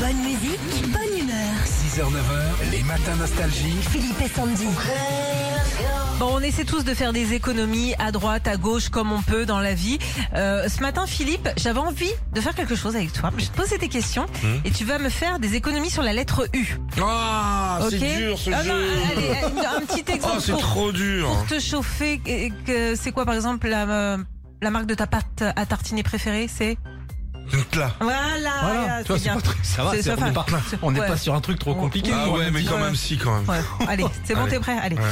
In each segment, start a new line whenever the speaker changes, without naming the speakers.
Bonne musique, bonne humeur.
6h-9h, les matins nostalgie.
Philippe et Sandy.
Bon, on essaie tous de faire des économies à droite, à gauche, comme on peut dans la vie. Euh, ce matin, Philippe, j'avais envie de faire quelque chose avec toi. Je vais te poser des questions
Hmm.
et tu vas me faire des économies sur la lettre U.
Ah,
ok
c'est dur ce
Ah non,
jeu.
allez, un petit exemple
Oh, c'est
pour,
trop dur.
pour te chauffer. Et que- C'est quoi, par exemple, la, euh, la marque de ta pâte à tartiner préférée C'est
Une cla.
voilà.
Voilà, tu vois,
c'est
c'est
bien.
pas très- ça va,
C'est-
c'est-
ça
on
va.
n'est pas, on n'est
Ouais.
pas sur un truc trop
On-
compliqué.
Ah
quoi, on
ouais,
a
mais
dit.
quand même si quand même.
Ouais. Allez, c'est bon,
Allez.
t'es prêt. Allez.
Ouais.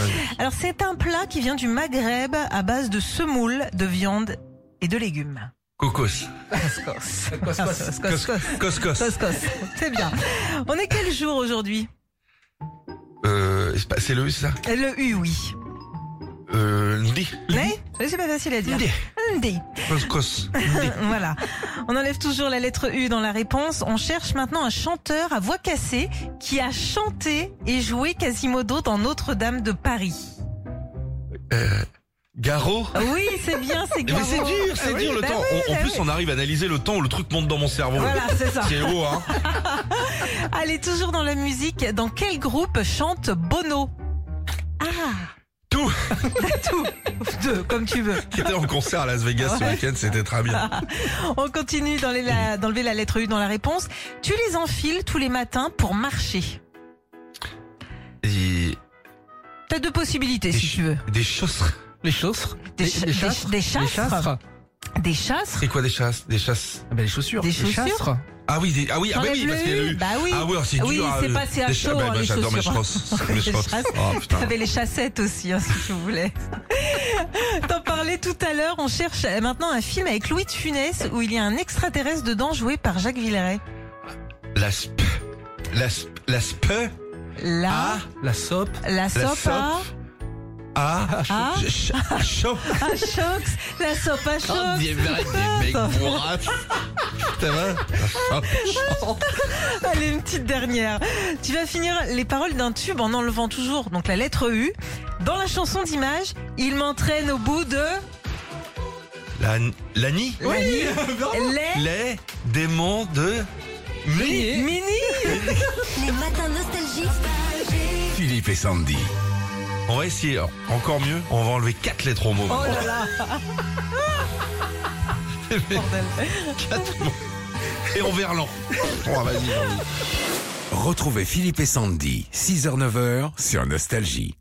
Alors, c'est un plat qui vient du Maghreb à base de semoule, de viande et de légumes.
Cocos.
Coscos, coscos,
Coscos.
coscos. C'est bien. On est quel jour aujourd'hui
Euh, c'est pas- c'est le ça
Le U, oui.
Euh, Ndi.
Mais c'est pas facile à dire. Lundi.
Coscos.
voilà. On enlève toujours la lettre U dans la réponse. On cherche maintenant un chanteur à voix cassée qui a chanté et joué Quasimodo dans Notre-Dame de Paris.
Euh, Garo.
Ah Oui, c'est bien, c'est
Mais c'est
Garo.
dur, c'est
Oui,
dur le
bah
temps.
oui,
En- en
bah
plus,
oui.
on arrive à analyser le temps où le truc monte dans mon cerveau.
Voilà, c'est ça.
C'est haut, hein.
Allez, toujours dans la musique, dans quel groupe chante Bono Ah
Tout.
Tout Deux, comme tu veux.
Qui était en concert à Las Vegas ce week-end, c'était très bien.
On continue dans les la- d'enlever la lettre U dans la réponse. Tu les enfiles tous les matins pour marcher.
Et-
T'as deux possibilités si
ch-
tu veux.
Des chausses.
Les chausses
Des
Les-
cha-
les chassres
des- des
Les
chassres
chassres
Des chasses
C'est quoi des chasses Des chasses.
Ah bah, Les chaussures
Des
Les
chaussures
chassres
Ah oui, des... ah oui, ah bah
T'enlèves
oui,
le
parce qu'il y a
U.
le U.
Bah oui.
Ah ouais, c'est
oui,
dur.
c'est passé à
Des
chaud.
cha- bah,
hein,
bah,
les
J'adore mes
chaussures.
chausses. Mes
Les
chausses.
chasses.
Oh putain.
T'avais les chassettes aussi, hein, si tu voulais. T'en parlais tout à l'heure. On cherche euh, maintenant un film avec Louis de Funès où il y a un extraterrestre dedans joué par Jacques Villeray.
La sp... La sp... La sp...
Là,
La sope
la sopa.
Ah,
Ah. Oh,
ch- ch- chaud.
à chocs, la sopa à chocs.
des mecs, des mecs bourrasses. Ça va
Allez, une petite dernière. Tu vas finir les paroles d'un tube en enlevant toujours donc la lettre U. Dans la chanson d'image, il m'entraîne au bout de
La, la nid
Oui. les
Les démons de... Nid
mini.
Les matins nostalgiques.
Philippe et Sandy.
On va essayer, alors, encore mieux, on va enlever 4 lettres au mot.
Oh là là. Bordel.
Et on verlan. Oh, vas-y, vas-y.
Retrouvez Philippe et Sandy, 6h-9h sur Nostalgie.